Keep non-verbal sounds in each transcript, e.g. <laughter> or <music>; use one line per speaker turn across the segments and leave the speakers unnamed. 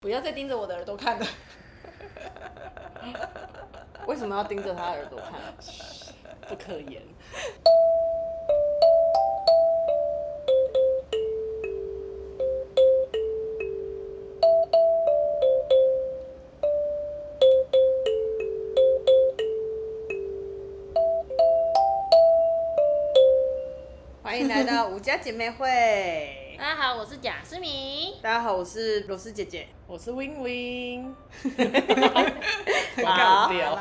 不要再盯着我的耳朵看了。
<laughs> 为什么要盯着他耳朵看？
<laughs>
不可言。
欢迎来到吴家姐妹会。
<laughs> 大家好，我是贾思明。
大家好，我是罗斯姐姐。
我是 Win Win，
很
尬聊
聊。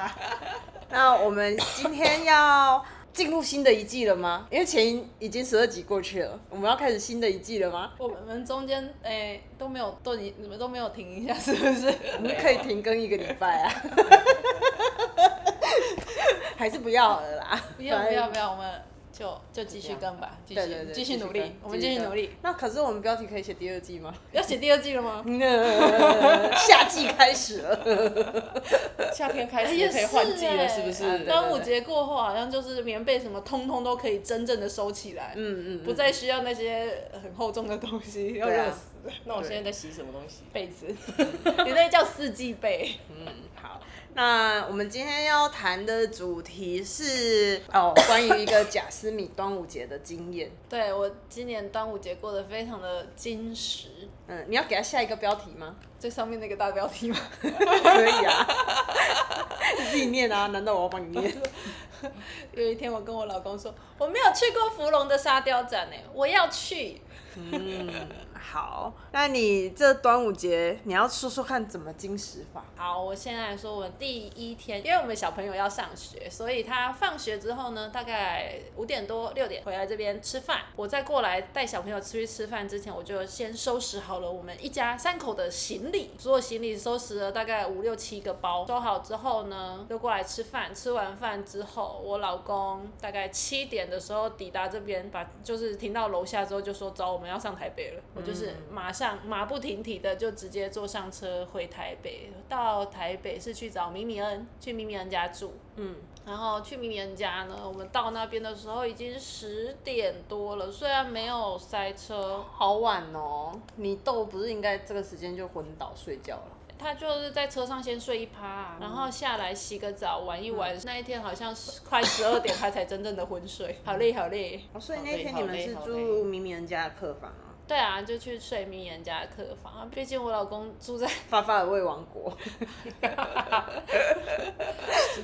那我们今天要进入新的一季了吗？因为前已经十二集过去了，我们要开始新的一季了吗？
我们中间哎、都没有都你你们都没有停一下，是不是？ <laughs>
我们可以停更一个礼拜啊。还是不要好了啦，
不要不要不
要，
要，我们就就继续跟吧，
啊
继
对对
续
对，
继续努力
跟，
我们继续努力
跟。那可是我们标题可以写第二季吗？ <laughs>
要写第二季了吗？
呃夏季开始了，
夏天开
哎
始
也
就可以换季了，是
欸
不
啊
是？
端午节过后，好像就是棉被什么，通通都可以真正的收起来，
嗯嗯，
不再需要那些很厚重的东西，要热死。
那我现在在洗什么东西？
被 <laughs> 子，你那叫四季被。
好，那我们今天要谈的主题是 <coughs> 哦，关于一个贾斯米端午节的经验。
对我今年端午节过得非常的矜持，
嗯，你要给他下一个标题吗？
最上面那个大标题吗？
<laughs> 可以啊，你 <laughs> 自己念啊，难道我要帮你念？
<laughs> 有一天，我跟我老公说，我没有去过芙蓉的沙雕展呢、欸我要去。
<laughs> 好，那你这端午节你要说说看怎么金石法？
好，我现在来说，我第一天，因为我们小朋友要上学，所以他放学之后呢，大概五点多六点回来这边吃饭。我再过来带小朋友出去吃饭之前，我就先收拾好了我们一家三口的行李，所有行李收拾了大概五六七个包，收好之后呢，就过来吃饭。吃完饭之后，我老公大概七点的时候抵达这边，把就是停到楼下之后就说走，我们要上台北了。我就是马上马不停蹄的就直接坐上车回台北，到台北是去找米米恩，去米米恩家住。然后去明年家呢，我们到那边的时候已经十点多了，虽然没有塞车，
好晚哦，你豆不是应该这个时间就昏倒睡觉了？
他就是在车上先睡一趴、啊然后下来洗个澡，玩一玩。那一天好像是快十二点，他才真正的昏睡，好累好累。
哦，所以
好
那
累
天
好
你们
累
是
好
住明明人家的客房啊，
对啊，就去睡明年家的客房，啊毕竟我老公住在 <laughs>
发发的未王国。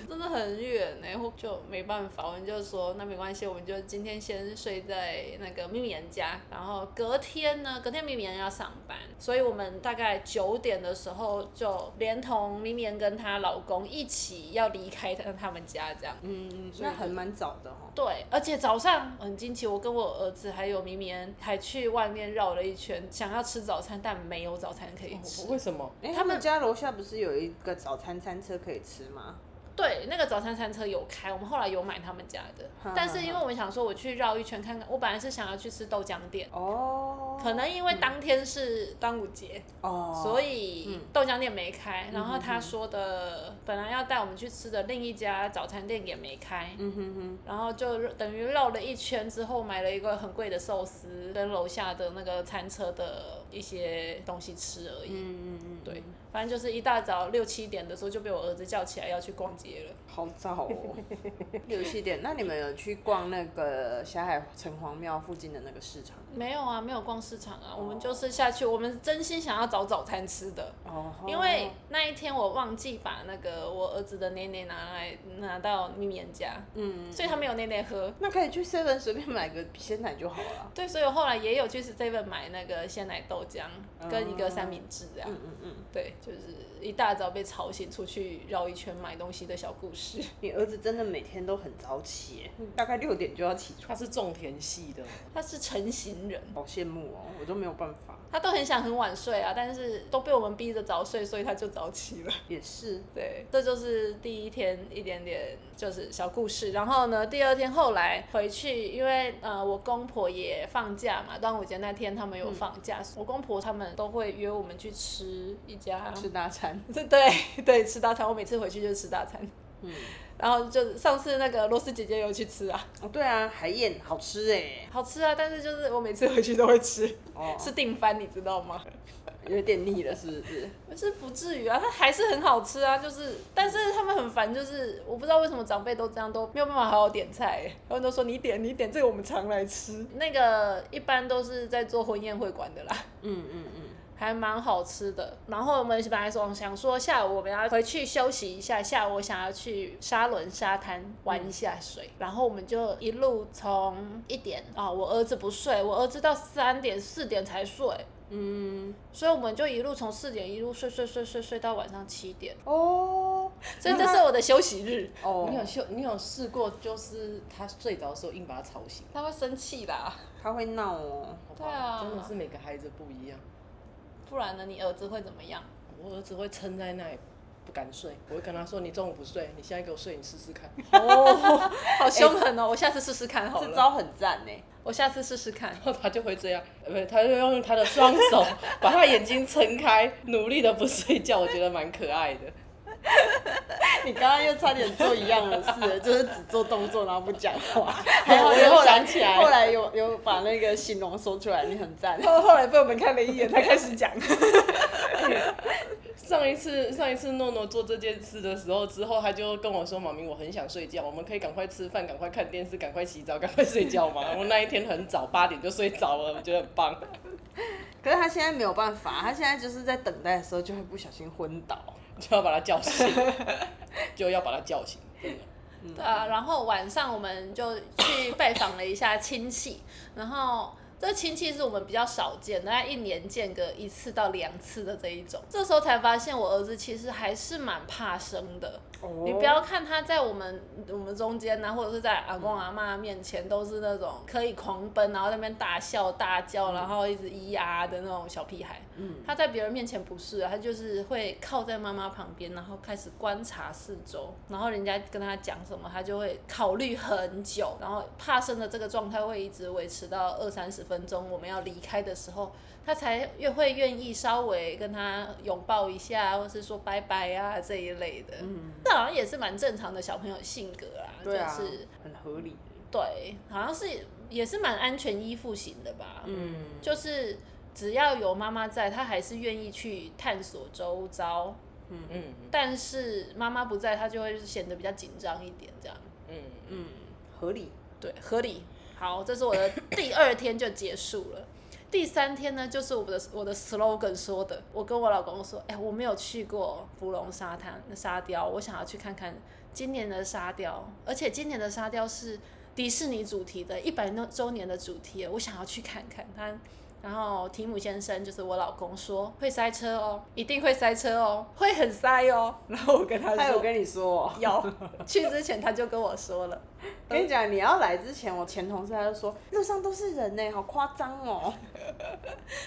真的很远然后就没办法，我们就说那没关系，我们就今天先睡在那个秘密人家，然后隔天呢，隔天秘密人要上班，所以我们大概九点的时候就连同秘密人跟她老公一起要离开他他们家这样。
嗯，那很蛮早的哦。
对，而且早上很惊奇，我跟我儿子还有明明还去外面绕了一圈，想要吃早餐，但没有早餐可以吃。
为什么？
哎、
他
他们
们
家楼下不是有一个早餐餐车可以吃吗？，
对，那个早餐餐车有开，我们后来有买他们家的但是因为我们想说我去绕一圈看看，我本来是想要去吃豆浆店，
哦，
可能因为当天是端午节，
哦，
所
以
以豆浆店没开。
嗯
然后他说的本来要带我们去吃的另一家早餐店也没开，
嗯哼哼，
然后就等于绕了一圈之后，买了一个很贵的寿司跟楼下的那个餐车的一些东西吃而已。
嗯嗯嗯，
对，反正就是一大早六七点的时候就被我儿子叫起来要去逛街了。
好早哦， <laughs> 六七点。那你们有去逛那个霞海城隍庙附近的那个市场？
没有啊，没有逛市场啊，我们就是下去，我们真心想要找早餐吃的，
哦，
因为那一天我忘记把那个我儿子的奶奶拿来拿到咪咪人家，
嗯，
所以他没有奶奶喝。
那可以去 seven 随便买个鲜奶就好了。
对，所以我后来也有去 seven 买那个鲜奶豆浆跟一个三明治这样。
嗯嗯嗯，
对，就是一大早被吵醒出去绕一圈买东西的小故事。 <laughs>
你儿子真的每天都很早起耶，大概六点就要起
他
床，
是种田系的，
他是成型人，
好羡慕哦，我都没有办法。
他都很想很晚睡啊，但是都被我们逼着早睡，所以他就早起了。
也是，
对，这就是第一天一点点就是小故事。然后呢，第二天后来回去，因为呃我公婆也放假嘛，端午节那天他们有放假，
嗯
我公婆他们都会约我们去吃一家，
<laughs> 吃大餐。
对 <laughs> 对对，吃大餐。我每次回去就是吃大餐。
嗯，
然后就上次那个罗斯姐姐有去吃啊，
哦，对啊，海燕好吃哎。
好吃啊，但是就是我每次回去都会吃，
哦，
是订番，你知道吗？
有点腻了，是不是？
可是不至于啊，它还是很好吃啊，就是，但是他们很烦，就是我不知道为什么长辈都这样，都没有办法好好点菜，他们都说你点你点这个我们常来吃， <laughs> 那个一般都是在做婚宴会馆的啦。
嗯嗯嗯，
还蛮好吃的。然后我们本来说想说下午我们要回去休息一下，下午我想要去沙伦沙滩玩一下水，然后我们就一路从一点啊、我儿子不睡，我儿子到三点四点才睡。嗯，所以我们就一路从四点一路睡睡睡睡睡到晚上七 <laughs> 点，
哦
所以这是我的休息日。
你有
哦，
秀，你有试过，就是他睡着的时候硬把他吵醒。
他会生气啦，
他会闹哦。
好吧
对啊
真的是每个孩子不一样。
不然呢？你儿子会怎么样？
我儿子会撑在那里不敢睡，我会跟他说：“你中午不睡，你现在给我睡，你试试看。 <laughs>
哦，
好凶狠哦！我下次试试看好
这
了，
招很赞呢。
我下次试试看”。
然后他就会这样，呃，不是，他就用他的双手 <laughs> 把他眼睛撑开，努力的不睡觉，我觉得蛮可爱的。
你刚刚又差点做一样的 <laughs> 事，就是只做动作然后不讲 <laughs> 话。
还好
我
有
后来
想起来
后来有有把那个形容说出来，你很赞。 <laughs>
后后来被我们看了一眼，他开始讲。
上一次上一次诺诺做这件事的时候，之后他就跟我说：“妈咪，我很想睡觉，我们可以赶快吃饭，赶快看电视，赶快洗澡，赶快睡觉吗？” <laughs> 我那一天很早，八点就睡着了，我觉得很棒。
可是他现在没有办法，他现在就是在等待的时候就会不小心昏倒。
就要把他叫醒，就要把他叫 <laughs> 醒，真的。
对啊，然后晚上我们就去拜访了一下亲戚，然后这亲戚是我们比较少见，大概一年见个一次到两次的这一种。这时候才发现，我儿子其实还是蛮怕生的。
哦
你不要看他在我们我们中间呢、或者是在阿公阿妈面前都是那种可以狂奔，然后在那边大笑大叫，然后一直咿呀啊的那种小屁孩。
嗯
他在别人面前不是啊，他就是会靠在妈妈旁边，然后开始观察四周，然后人家跟他讲什么，他就会考虑很久，然后怕生的这个状态会一直维持到二三十分钟，我们要离开的时候，他才越会愿意稍微跟他拥抱一下，或是说拜拜啊这一类的。
嗯，
这好像也是蛮正常的小朋友性格啦，
对啊，
就是
很合理。
对，好像是也是蛮安全依附型的吧，
嗯，
就是只要有妈妈在，他还是愿意去探索周遭，
嗯
但是妈妈不在，他就会显得比较紧张一点，这样
嗯嗯，
嗯，合理。
对，合理。好，这是我的第二天就结束了。第三天呢，就是我的我的 slogan 说的，我跟我老公说，哎、我没有去过芙蓉沙滩沙雕，我想要去看看今年的沙雕，而且今年的沙雕是迪士尼主题的一百周年的主题，我想要去看看他。然后提姆先生就是我老公说会塞车哦，一定会塞车哦，会很塞哦。然后我跟他
他有
说
跟你说、哦，
有，去之前他就跟我说了。
跟你讲，你要来之前，我前同事他就说路上都是人呢，好夸张哦。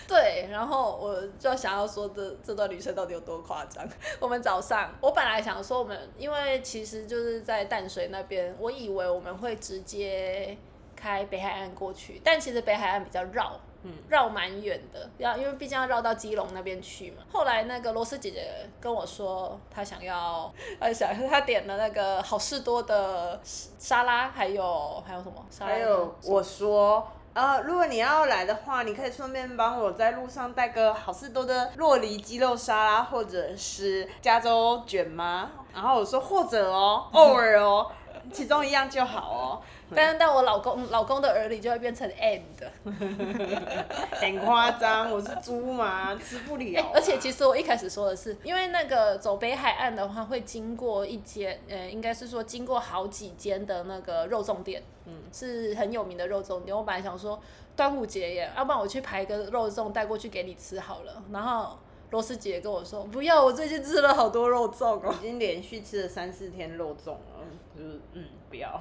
对，然后我就想要说这这段旅程到底有多夸张。 <laughs> 我们早上，我本来想说我们，因为其实就是在淡水那边，我以为我们会直接开北海岸过去，但其实北海岸比较绕，
嗯
绕蛮远的，要因为毕竟要绕到基隆那边去嘛。后来那个罗斯姐姐跟我说，她想要，她想她点了那个好事多的沙拉，还有还有什么？沙拉
还有我说，呃，如果你要来的话，你可以顺便帮我在路上带个好事多的洛梨鸡肉沙拉，或者是加州卷吗？然后我说或
<laughs>
者哦，偶尔哦，其中一样就好哦。
但但我老公老公的耳里就会变成 and。
很夸张，我是猪嘛，吃不了啊、
哎而且其实我一开始说的是，因为那个走北海岸的话，会经过一间，呃，应该是说经过好几间的那个肉粽店，嗯，是很有名的肉粽店。我本来想说端午节耶，要不然我去排个肉粽带过去给你吃好了。然后罗斯姐跟我说，不要，我最近吃了好多肉粽哦。
已经连续吃了三四天肉粽了，就是嗯，不要。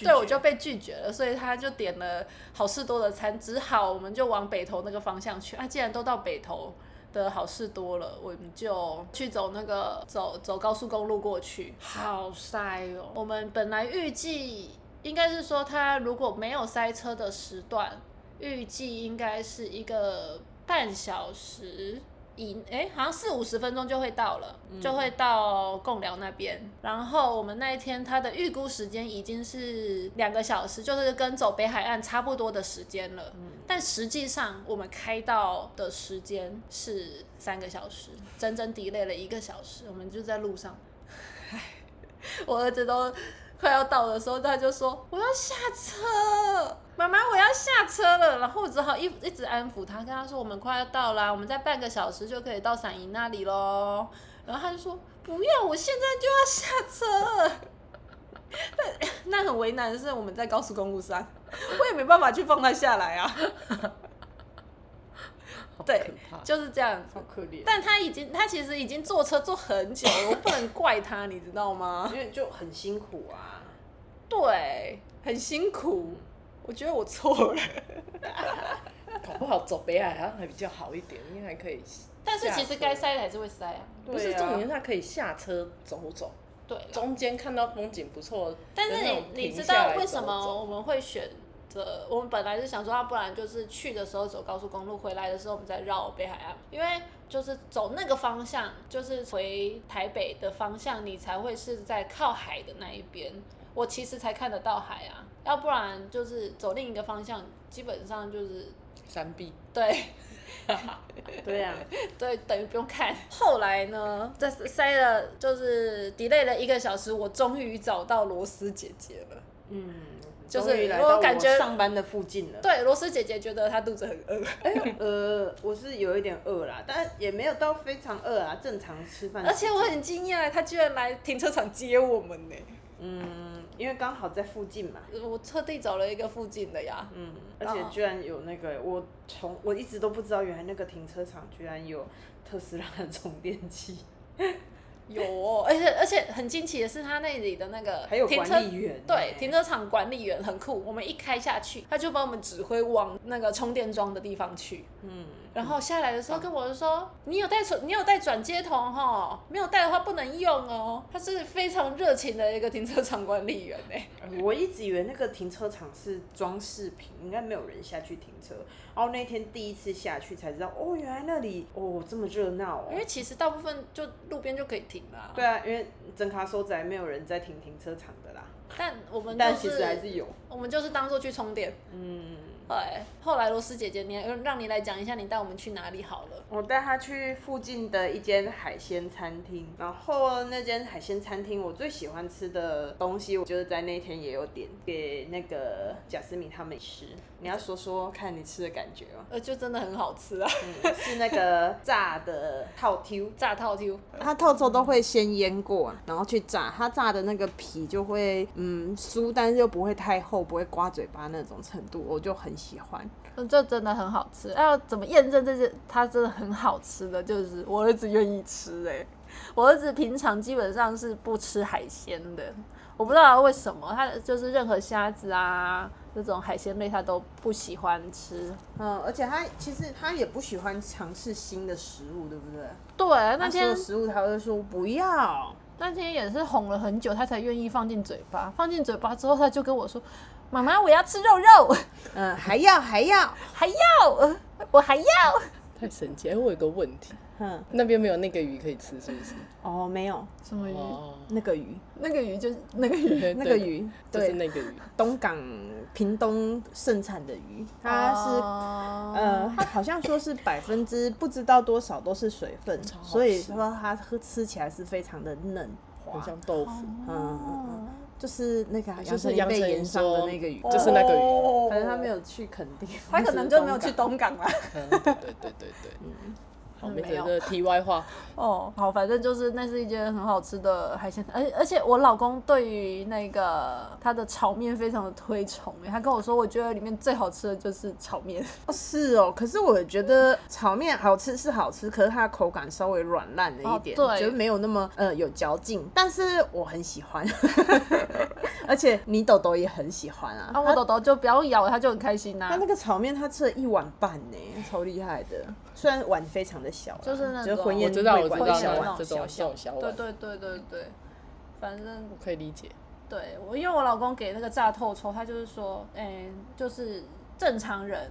对，我就被拒绝了，所以他就点了好事多的餐，只好我们就往北投那个方向去。啊，既然都到北投的好事多了，我们就去走那个走走高速公路过去。好塞哦！我们本来预计应该是说，它如果没有塞车的时段，预计应该是一个半小时以，哎，好像四五十分钟就会到了，就会到贡寮那边。然后我们那一天它的预估时间已经是两个小时，就是跟走北海岸差不多的时间了。但实际上我们开到的时间是三个小时，整整 delay 了一个小时，我们就在路上。 <laughs> 唉，我儿子都快要到的时候，他就说我要下车，妈妈我要下车了。然后我只好一一直安抚他，跟他说我们快要到啦，我们在半个小时就可以到伞营那里喽。然后他就说不要，我现在就要下车。但那很为难的是，我们在高速公路上，我也没办法去放他下来啊。对，就是这样子
好。可怜。
但他已经，他其实已经坐车坐很久了，我不能怪他，你知道吗？
因为就很辛苦啊。
对，很辛苦。我觉得我错了，
搞不好走北海好像还比较好一点，因为还可以下车。
但是其实该塞的还是会塞啊。
不是
对啊
重点，是它可以下车走走，
对啦，
中间看到风景不错的
但是
那
你
种
你知
停下
道
来
为什
走
么
走
我们会选择？我们本来是想说，啊要不然就是去的时候走高速公路，回来的时候我们再绕北海岸，因为就是走那个方向，就是回台北的方向，你才会是在靠海的那一边。我其实才看得到海啊，要不然就是走另一个方向，基本上就是
山壁？
对。
对啊，
对，等于不用看。 <laughs> 后来呢，这塞了就是 delay 了一个小时，我终于找到螺丝姐姐了。
嗯，
就是
终于来到
我感觉
上班的附近了。
对，螺丝姐姐觉得她肚子很饿，
呃，我是有一点饿啦，但也没有到非常饿啊，正常吃饭。
而且我很惊讶，她居然来停车场接我们呢。
嗯，因为刚好在附近嘛，
我特地找了一个附近的呀，
嗯，而
哦
且居然有那个，我从我一直都不知道，原来那个停车场居然有特斯拉的充电器，
有、哦，而且而且很惊奇的是，她那里的那个
还有
呃停
管
车
理员。
对，停。车场管理员很酷。我们一开下去，他就把我们指挥往那个充电桩的地方去。
嗯，
然后下来的时候跟我说：“你有带手，你有带转接头哈，没有带的话不能用哦。”他是非常热情的一个停车场管理员哎、
呃我一直以为那个停车场是装饰品，应该没有人下去停车。然后那天第一次下去才知道，哦，原来那里哦这么热闹哦
因。为其实大部分就路边就可以停啦。
对，啊，因为整卡收仔没有人在停停车场的啦，
但我们
但
就
其
是
实还是有。
我们就是当做去充电。
嗯，
哎，后来罗斯姐姐，你让你来讲一下，你带我们去哪里好了？
我带他去附近的一间海鲜餐厅，然后那间海鲜餐厅我最喜欢吃的东西，我就是在那天也有点给那个贾斯敏他们吃。你要说说看你吃的感觉 <laughs> 吗？
呃，就真的很好吃啊，
嗯，是那个炸的套 Q，
炸套 Q。
它透抽都会先腌过，然后去炸，它炸的那个皮就会嗯酥，但是又不会太厚，不会刮嘴巴那种程度，我就很喜欢。
嗯，这真的很好吃。要怎么验证这些？它真的很好吃的，就是我儿子愿意吃哎、我儿子平常基本上是不吃海鲜的，我不知道为什么，他就是任何虾子啊这种海鲜类他都不喜欢吃。
嗯，而且他其实他也不喜欢尝试新的食物，对不对？
对，啊那
他说
天
的食物他会说不要，
那天也是哄了很久，他才愿意放进嘴巴。放进嘴巴之后，他就跟我说：“妈妈，我要吃肉肉，
嗯，还要还要，
还要，呃我还要。”
太神奇！哎，我有个问题，
哼，
那边没有那个鱼可以吃，是不是？
哦，没有
什么鱼？
哦，
那个鱼，
那个鱼就是那个鱼。
对
那个，鱼，
对就
对，
是那个鱼。
东港屏东盛产的鱼，它是
哦
呃，它好像说是百分之不知道多少都是水分，
好吃
所以说它喝吃起来是非常的嫩滑
很，像豆腐，
嗯嗯嗯，就是那个
就
杨
是
丞
杨
被
丞琳
延上的
说
那个鱼，
就是那个鱼
反
哦
正他没有去垦丁，
他可能就没有去东港啦。
嗯对对对对对，好，没
没有
有这个题外话，
<laughs> 哦，好，反正就是那是一间很好吃的海鲜，而而且我老公对于那个他的炒面非常的推崇，他跟我说，我觉得里面最好吃的就是炒面。
哦是哦，可是我觉得炒面好吃是好吃，可是它的口感稍微软烂了一点，
哦对
就是没有那么呃有嚼劲，但是我很喜欢，
<laughs>
而且你豆豆也很喜欢啊。
<laughs> 然后哦我豆豆就不要咬，他就很开心呐、
他那个炒面，他吃了一碗半呢，超厉害的。虽然碗非常的小啦，
就是那种哦
就是婚
我
宴
知道，
嗯会
我知
馆
道
小
那
碗，
这种这
小
种小
对
碗，
对对对对，反正
可以理解。
对我，因为我老公给那个炸透抽，他就是说，哎、就是正常人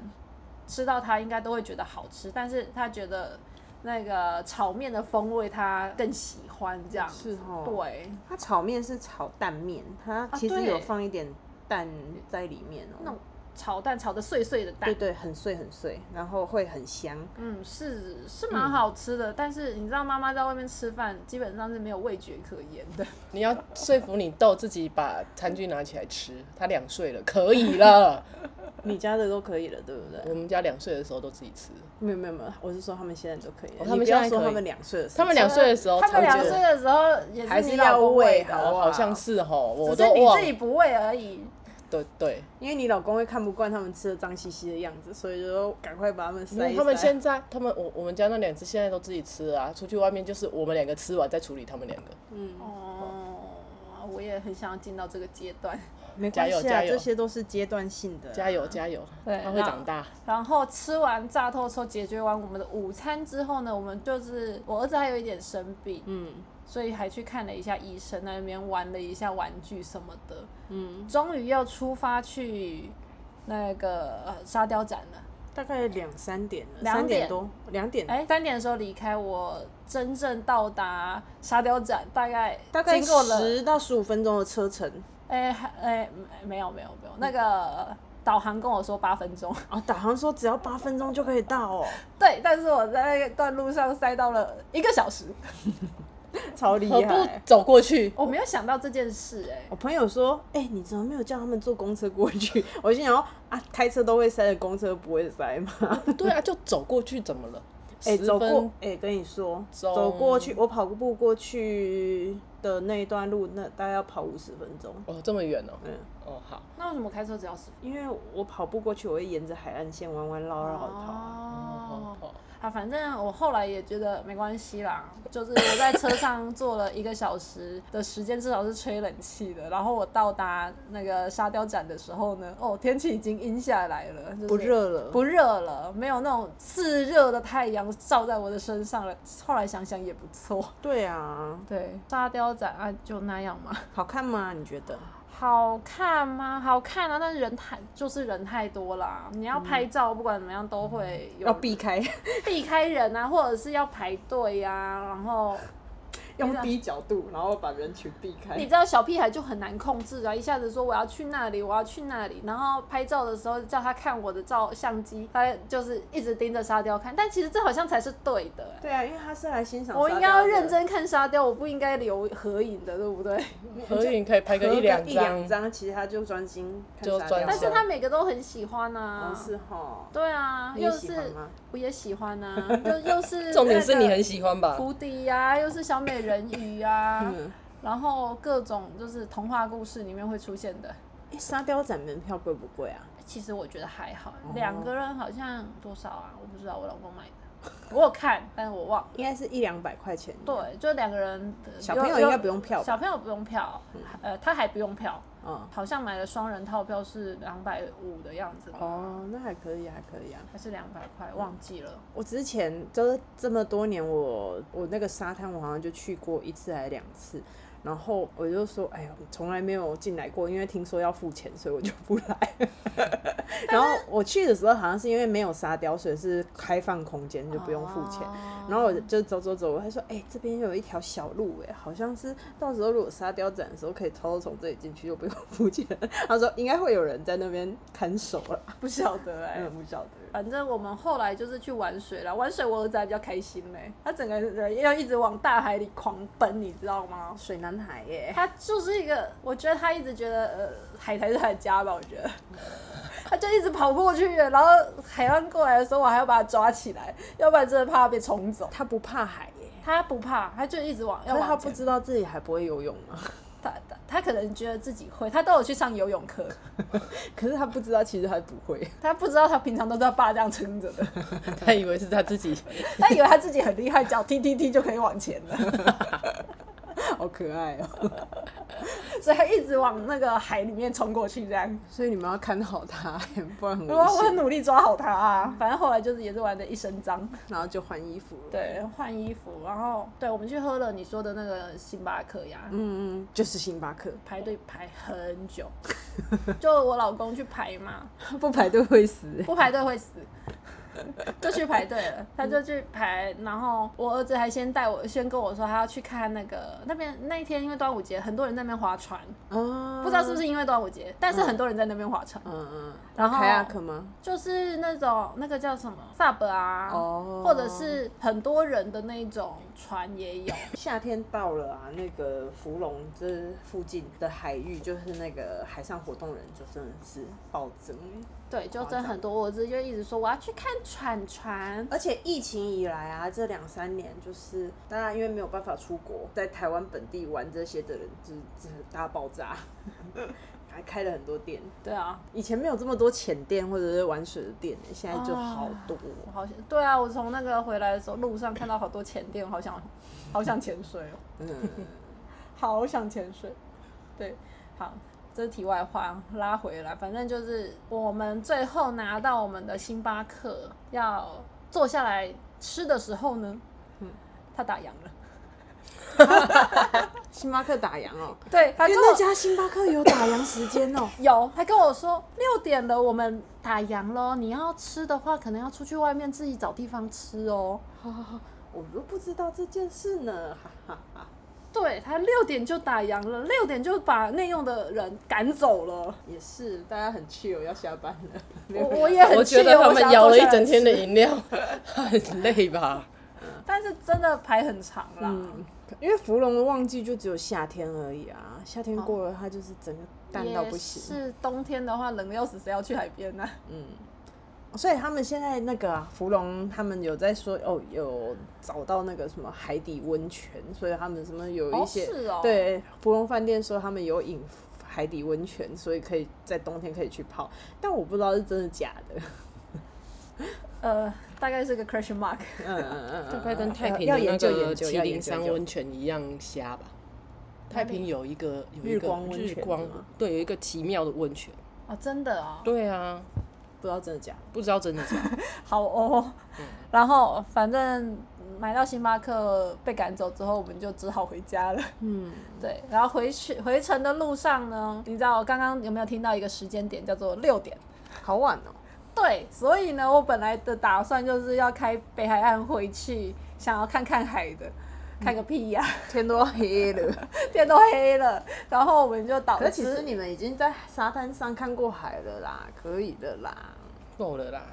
吃到它应该都会觉得好吃，但是他觉得那个炒面的风味他更喜欢这样子。
是哦
对，
它炒面是炒蛋面，它其
啊
实
对
有放一点蛋在里面哦、
那炒蛋炒的碎碎的蛋
对，对，很碎很碎，然后会很香。
嗯，是是蛮好吃的。但是你知道妈妈在外面吃饭，基本上是没有味觉可言的。
你要说服你豆自己把餐具拿起来吃，他两岁了，可以了。
你家的都可以了，对不
我
对？
们家两岁的时候都自己吃，
没有没有没有，我是说他们现在都可以了。
哦
你
他们
不要
现在
说
可以
他们两岁的时候，
他们两岁的时候
他们
超
两
级
岁的时候也
还
是你
是要
老公喂
喂好
的，
好像是吼，我
只是
都
你
忘
自己不喂而已。
对对，
因为你老公会看不惯他们吃的脏兮兮的样子，所以就说赶快把他们塞
因为
一塞。
他们现在他们我我们家那两只现在都自己吃了啊，出去外面就是我们两个吃完再处理他们两个。
哦，我也很想要进到这个阶段。
没
加
关
油
系
加
啊，
油
这些都是阶段性的啊、
加油加油，
对
他会
那
长大。
然后吃完炸透抽，解决完我们的午餐之后呢，我们就是我儿子还有一点生病，
嗯
所以还去看了一下医生，那边玩了一下玩具什么的，
嗯，
终于要出发去那个呃沙雕展了。
大概两三点了，
两
三
点
点多，两点。
哎，三点的时候离开，我真正到达沙雕展大概
大概
经过了，
十到十五分钟的车程，
哎还哎没有没有没有，那个导航跟我说八分钟， <laughs>
啊，导航说只要八分钟就可以到
<laughs>
哦，
对，但是我在那段路上塞到了一个小时，
超厉
何不
害。
走过去？
<laughs> 我没有想到这件事哎、
我朋友说：“哎、你怎么没有叫他们坐公车过去？” <laughs> 我心想说：“啊，开车都会塞的，公车不会塞吗
对啊，就走过去怎么了？？”
哎、
十
走过
分，
哎、跟你说，
钟
走过去，我跑步过去的那一段路，那大概要跑五十分钟。
哦，这么远哦。
嗯，
哦好，
那为什么开车只要十
因为我跑步过去，我会沿着海岸线弯弯绕绕的跑啊。
哦
哦，好，
啊，反正我后来也觉得没关系啦，就是我在车上坐了一个小时的时间，至少是吹冷气的。然后我到达那个沙雕展的时候呢，哦，天气已经阴下来了，就是、
不热了
不热了，没有那种炙热的太阳照在我的身上了。后来想想也不错，
对啊，
对，沙雕展啊就那样嘛。
好看吗？你觉得？
好看吗？好看啊，但是人太就是人太多啦。你要
嗯
拍照，不管怎么样都会有
要避开，
避开人啊，或者是要排队呀、然后
<laughs> 用低角度，然后把人群避开
你。知道小屁孩就很难控制啊，一下子说我要去那里，我要去那里，然后拍照的时候叫他看我的照相机，他就是一直盯着沙雕看，但其实这好像才是对的、欸
对啊，因为他是来欣赏。
我应该要认。真看沙雕，我不应该留合影的，对不对？
哦
合影可以拍个一两张，
张，其实他就专心看
就
沙
专
雕
心
但是他每个都很喜欢
好
啊，
像哦是哈，
对啊，
你也
又
喜欢
是
吗
我也喜欢啊，
<laughs>
又又是
<laughs> 重点
那
是你
个
很喜欢吧？
蝴蝶呀、又是小美人鱼呀、
嗯，
然后各种就是童话故事里面会出现的。
诶沙雕展门票贵不贵啊？
其实我觉得还好，
哦
两个人好像多少啊？我不知道，我老公买的， <laughs> 我有看，但是我忘了。
应该是一两百块钱。
对，就两个人的。
小朋友
有
应该不用票吧
小朋友不用票，呃，他还不用票，
嗯，
好像买了双人套票是两百五的样子吧，
哦，那还可以，还可以啊。
还是两百块，忘记了。
我之前就是这么多年我，我那个沙滩我好像就去过一次还是两次，然后我就说，哎呀，从来没有进来过，因为听说要付钱，所以我就不来。 <laughs> 然后我去的时候好像是因为没有沙雕，所以是开放空间，就不用付钱。
哦
然后我就走走走，我还说，哎、这边有一条小路、哎，好像是到时候如果沙雕展的时候，可以偷偷从这里进去，就不用付钱。 <laughs> 他说应该会有人在那边看守了，
不晓得哎、
嗯，不晓得。
反正我们后来就是去玩水了，玩水我儿子还比较开心嘞、他整个人要一直往大海里狂奔，你知道吗？
水男孩耶、
他就是一个，我觉得他一直觉得呃海才是他的家吧，我觉得，他就一直跑过去，然后海浪过来的时候，我还要把他抓起来，要不然真的怕他被冲走。
他不怕海耶、
他不怕，他就一直往，要
可是他
往
不
前。
知道自己还不会游泳吗？ <laughs>
他他他可能觉得自己会，他都有去上游泳课，
可是他不知道，其实他不会。 <laughs>
他不知道他平常都是他爸这样撑着的，
他以为是他自己，
他以为他自己很厉害，脚踢踢踢就可以往前了。
好可爱哦、
所以他一直往那个海里面冲过去，这样。
<laughs> 所以你们要看好他， <laughs> 不然很危
我我很
险。
努力抓好他啊，反正后来就是也是玩的一身脏。
然后就换衣服了。，
对，换衣服，然后对我们去喝了你说的那个星巴克呀，
嗯嗯，就是星巴克，
排队排很久，就我老公去排嘛，
<laughs> 不排队会死、
不排队会死。就去排队了，他就去排，然后我儿子还先带我，先跟我说他要去看那个那边那一天，因为端午节很多人在那边划船，
嗯，
不知道是不是因为端午节，但是很多人在那边划船，
嗯嗯，
然后
凯亚克吗？
就是那种那个叫什么 sub 啊，
哦
或者是很多人的那种船也
<laughs>
有，
夏天到了啊，那个芙蓉这附近的海域，就是那个海上活动人就真的是暴增，
对，就真的很多。我儿子就一直说我要去看船船，
而且疫情以来啊，这两三年就是，当然因为没有办法出国，在台湾本地玩这些的人就是就是大爆炸， <laughs> 还开了很多店。
对啊，
以前没有这么多浅店或者是玩水的店，现在就好多。
我好想，对啊，我从那个回来的时候路上看到好多潜店，我好想，好想潜水哦，
嗯，
<laughs> 好想潜水。对，好，这是题外话，拉回来，反正就是我们最后拿到我们的星巴克要坐下来吃的时候呢，嗯，他打烊了。
星巴克打烊哦、
对，他
因
跟
为那
我
家星巴克有打烊时间哦、
有，他跟我说六点了，我们打烊喽。你要吃的话，可能要出去外面自己找地方吃哦。
好好好， <laughs> 我都不知道这件事呢， <laughs> 哈哈哈，
对他六点就打烊了，六点就把内用的人赶走了。
也是，大家很 chill 要下班了。
我我也很
我
气，哦
觉得他
我想
们
要
摇
坐
了
下
一
来
整天的
吃，
饮料， <laughs> 很累吧？
但是真的排很长啦。
嗯， <laughs> 因为芙蓉的旺季就只有夏天而已啊，夏天过了它就是整个淡到不行。
是冬天的话，冷的要死，谁要去海边呢、啊
嗯，所以他们现在那个啊，芙蓉他们有在说哦，有找到那个什么海底温泉，所以他们什么有一些、
哦是哦
对芙蓉饭店说他们有引海底温泉，所以可以在冬天可以去泡，但我不知道是真的假 <laughs> 的。
呃，大概是个 question mark。
嗯嗯嗯，
大概跟太平
要
的
研
那
究
个
研究，
麒
要
麟
研究
山
研究
温泉一样瞎吧？太平有一个有一
日
个
光温
日
泉
光
是吗
对，有一个奇妙的温泉。
哦，真的哦，
对啊，
不知道真的假的。
不知道真的假的。
好哦。
嗯
然后反正买到星巴克被赶走之后，我们就只好回家了。
嗯，
<laughs> 对，然后回去回程的路上呢，你知道刚刚有没有听到一个时间点叫做六点？
好晚哦。
对，所以呢，我本来的打算就是要开北海岸回去，想要看看海的，看个屁呀、
天都黑 <laughs> 了，
<laughs> 天都黑了。然后我们就导
嗯可是其实
致
你们已经在沙滩上看过海了啦，可以的啦，
够了啦，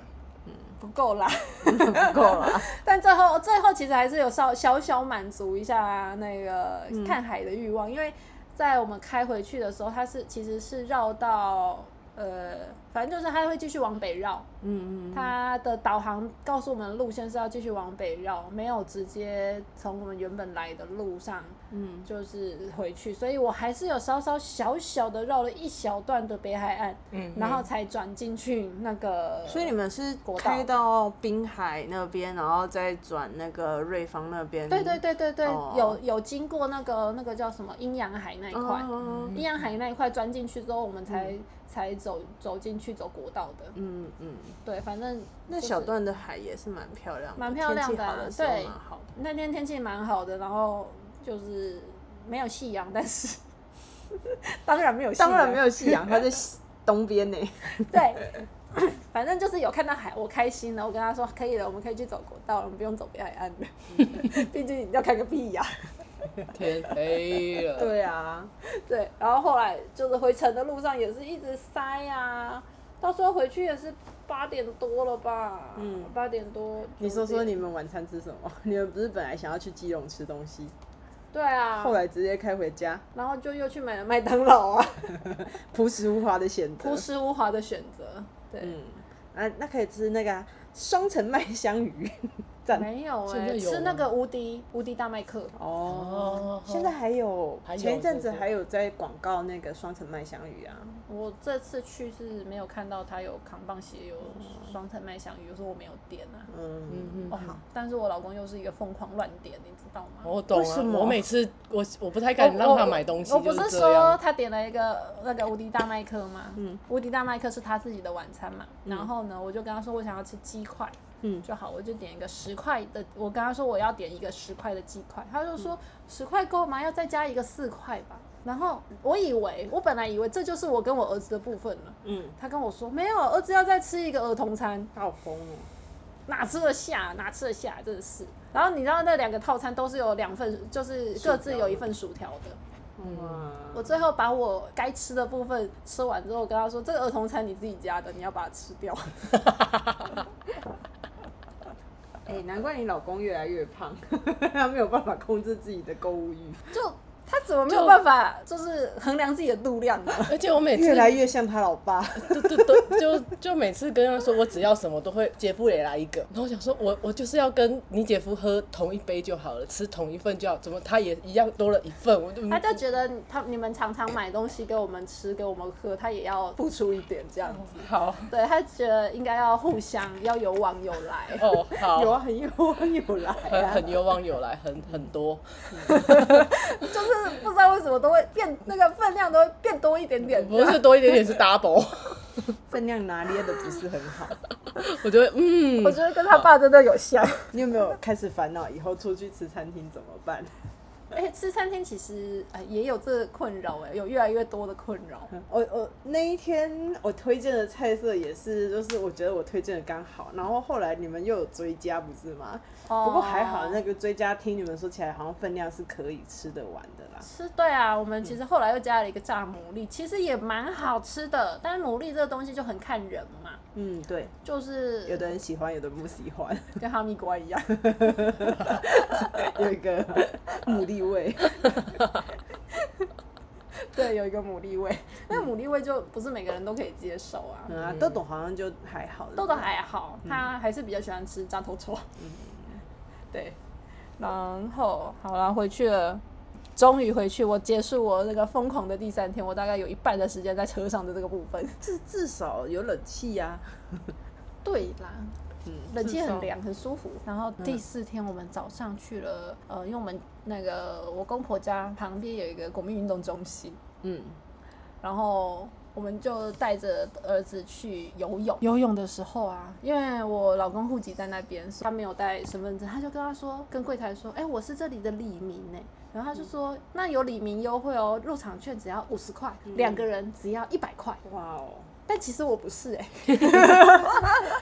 不够啦，
<laughs> 不够啦。
但最后最后其实还是有稍小小满足一下那个
嗯
看海的欲望，因为在我们开回去的时候，它是其实是绕到呃，反正就是它会继续往北绕，
<laughs> 嗯嗯，
它的导航告诉我们的路线是要继续往北绕，没有直接从我们原本来的路上，
嗯，
就是回去，所以我还是有稍稍小小的绕了一小段的北海岸，
嗯
然后才转进去那个，
所以你们是
国道
开到滨海那边，然后再转那个瑞芳那边。
对对对对对，
哦
有有经过那个那个叫什么阴阳海那一
哦，
块，
嗯
阴阳海那一块钻进去之后，我们才、才走走进去走国道的，
嗯嗯，
对，反正
那
就是
小段的海也是蛮漂亮的，
蛮漂亮
天气
的啊
好的时候
对
蛮好的。
那天天气蛮好的，然后就是没有夕阳，但
<laughs>
是当然没有，
当然没，有夕阳，它在西东
<laughs>
边呢。
对，反正就是有看到海，我开心了。我跟他说可以了，我们可以去走国道了，我们不用走北海岸
<laughs>
了，毕竟要看个屁呀、
<laughs>
天黑了。
对啊，
对，然后后来就是回程的路上也是一直塞啊，到时候回去也是八点多了吧？
嗯
八点多。
你说
九
说
点
你？们晚餐吃什么？你们不是本来想要去基隆吃东西，
对啊，
后来直接开回家，
然后就又去买了麦当劳啊，
朴实无华的选择。
朴实 <laughs> 无华的选择。对，
嗯，啊，那可以吃那个啊双层麦香鱼，赞
没有
现
哎、
在有
吃
吗
那个无敌无敌大麦克，
哦
哦。
现在还有
还，有
前一阵子
对对
还有在广告那个双层麦香鱼啊，
我这次去是没有看到他有扛棒鞋，有双层麦香鱼，我说我没有点啊。
嗯，
嗯
哦，但是我老公又是一个疯狂乱点，你知道吗？
我懂
哦为什
啊，
么
我每次我我不太敢让他买东西，
我我我不
就是这
说
样。
他点了一个那个无敌大麦克吗？嗯，无敌大麦克是他自己的晚餐嘛。
嗯
然后呢，我就跟他说我想要吃鸡块，
嗯
就好，我就点一个十块的。我跟他说我要点一个十块的鸡块，他就
嗯
说十块够吗？要再加一个四块吧。然后我以为，我本来以为这就是我跟我儿子的部分了。
嗯，
他跟我说没有，儿子要再吃一个儿童餐。
他好疯哦，
哪吃得下，哪吃得下，真的是。然后你知道那两个套餐都是有两份，就是各自有一份薯条的。
嗯
哇
我最后把我该吃的部分吃完之后，我跟他说：“这个儿童餐你自己加的，你要把它吃掉。
哎、难怪你老公越来越胖， <laughs> 他没有办法控制自己的购物欲，
就” <laughs> 他怎么没有办法就是衡量自己的度量呢？ <laughs>
而且我每次
越来越像他老爸。
都都都就就每次跟他说我只要什么都会姐夫也来一个，然后我想说我我就是要跟你姐夫喝同一杯就好了，吃同一份就好，怎么他也一样多了一份，我就
他就觉得他你们常常买东西给我们吃给我们喝，他也要付出一点这样子。
好
对他觉得应该要互相要有往有来。 <laughs>
哦
有
好，
啊，很有啊，有来
很
啊，
很有往有来，很很多，
就是不知道为什么都会变那个分量都会变多一点点。
不是多一点点是 double， <laughs>
分量拿捏的不是很好。
我就会嗯
我觉得跟他爸真的有 <laughs> 像。
你有没有开始烦恼以后出去吃餐厅怎么办？
而且哎吃餐厅其实呃也有这个困扰哎，有越来越多的困扰。
我我那一天我推荐的菜色也是，就是我觉得我推荐的刚好，然后后来你们又有追加不是吗？
哦
不过还好那个追加听你们说起来好像分量是可以吃得完的啦。
吃对啊，我们其实后来又加了一个炸牡蛎，其实也蛮好吃的。但是牡蛎这个东西就很看人嘛，
嗯，对，
就是
有的人喜欢，有的人不喜 <laughs> 欢，
跟哈密瓜一样。
有一个牡蛎味。
<laughs> 对，有一个牡蛎味，那牡蛎味就不是每个人都可以接受啊。
<laughs> 嗯啊，豆豆好像就还好。
豆豆还好，他还是比较喜欢吃炸头虫。对，然后好了，回去了，终于回去，我结束我那个疯狂的第三天，我大概有一半的时间在车上的这个部分。
至至少有冷气啊呀、
对啦。
嗯
冷气很凉，很舒服。然后第四天我们早上去了，呃，因为我们那个我公婆家旁边有一个国民运动中心，
嗯，
然后我们就带着儿子去游泳。游泳的时候啊，因为我老公户籍在那边，所以他没有带身份证，他就跟他说，跟柜台说，哎、我是这里的李明呢、然后他就说，那有李明优惠哦，入场券只要五十块，两个人只要一百块。
哇哦，
但其实我不是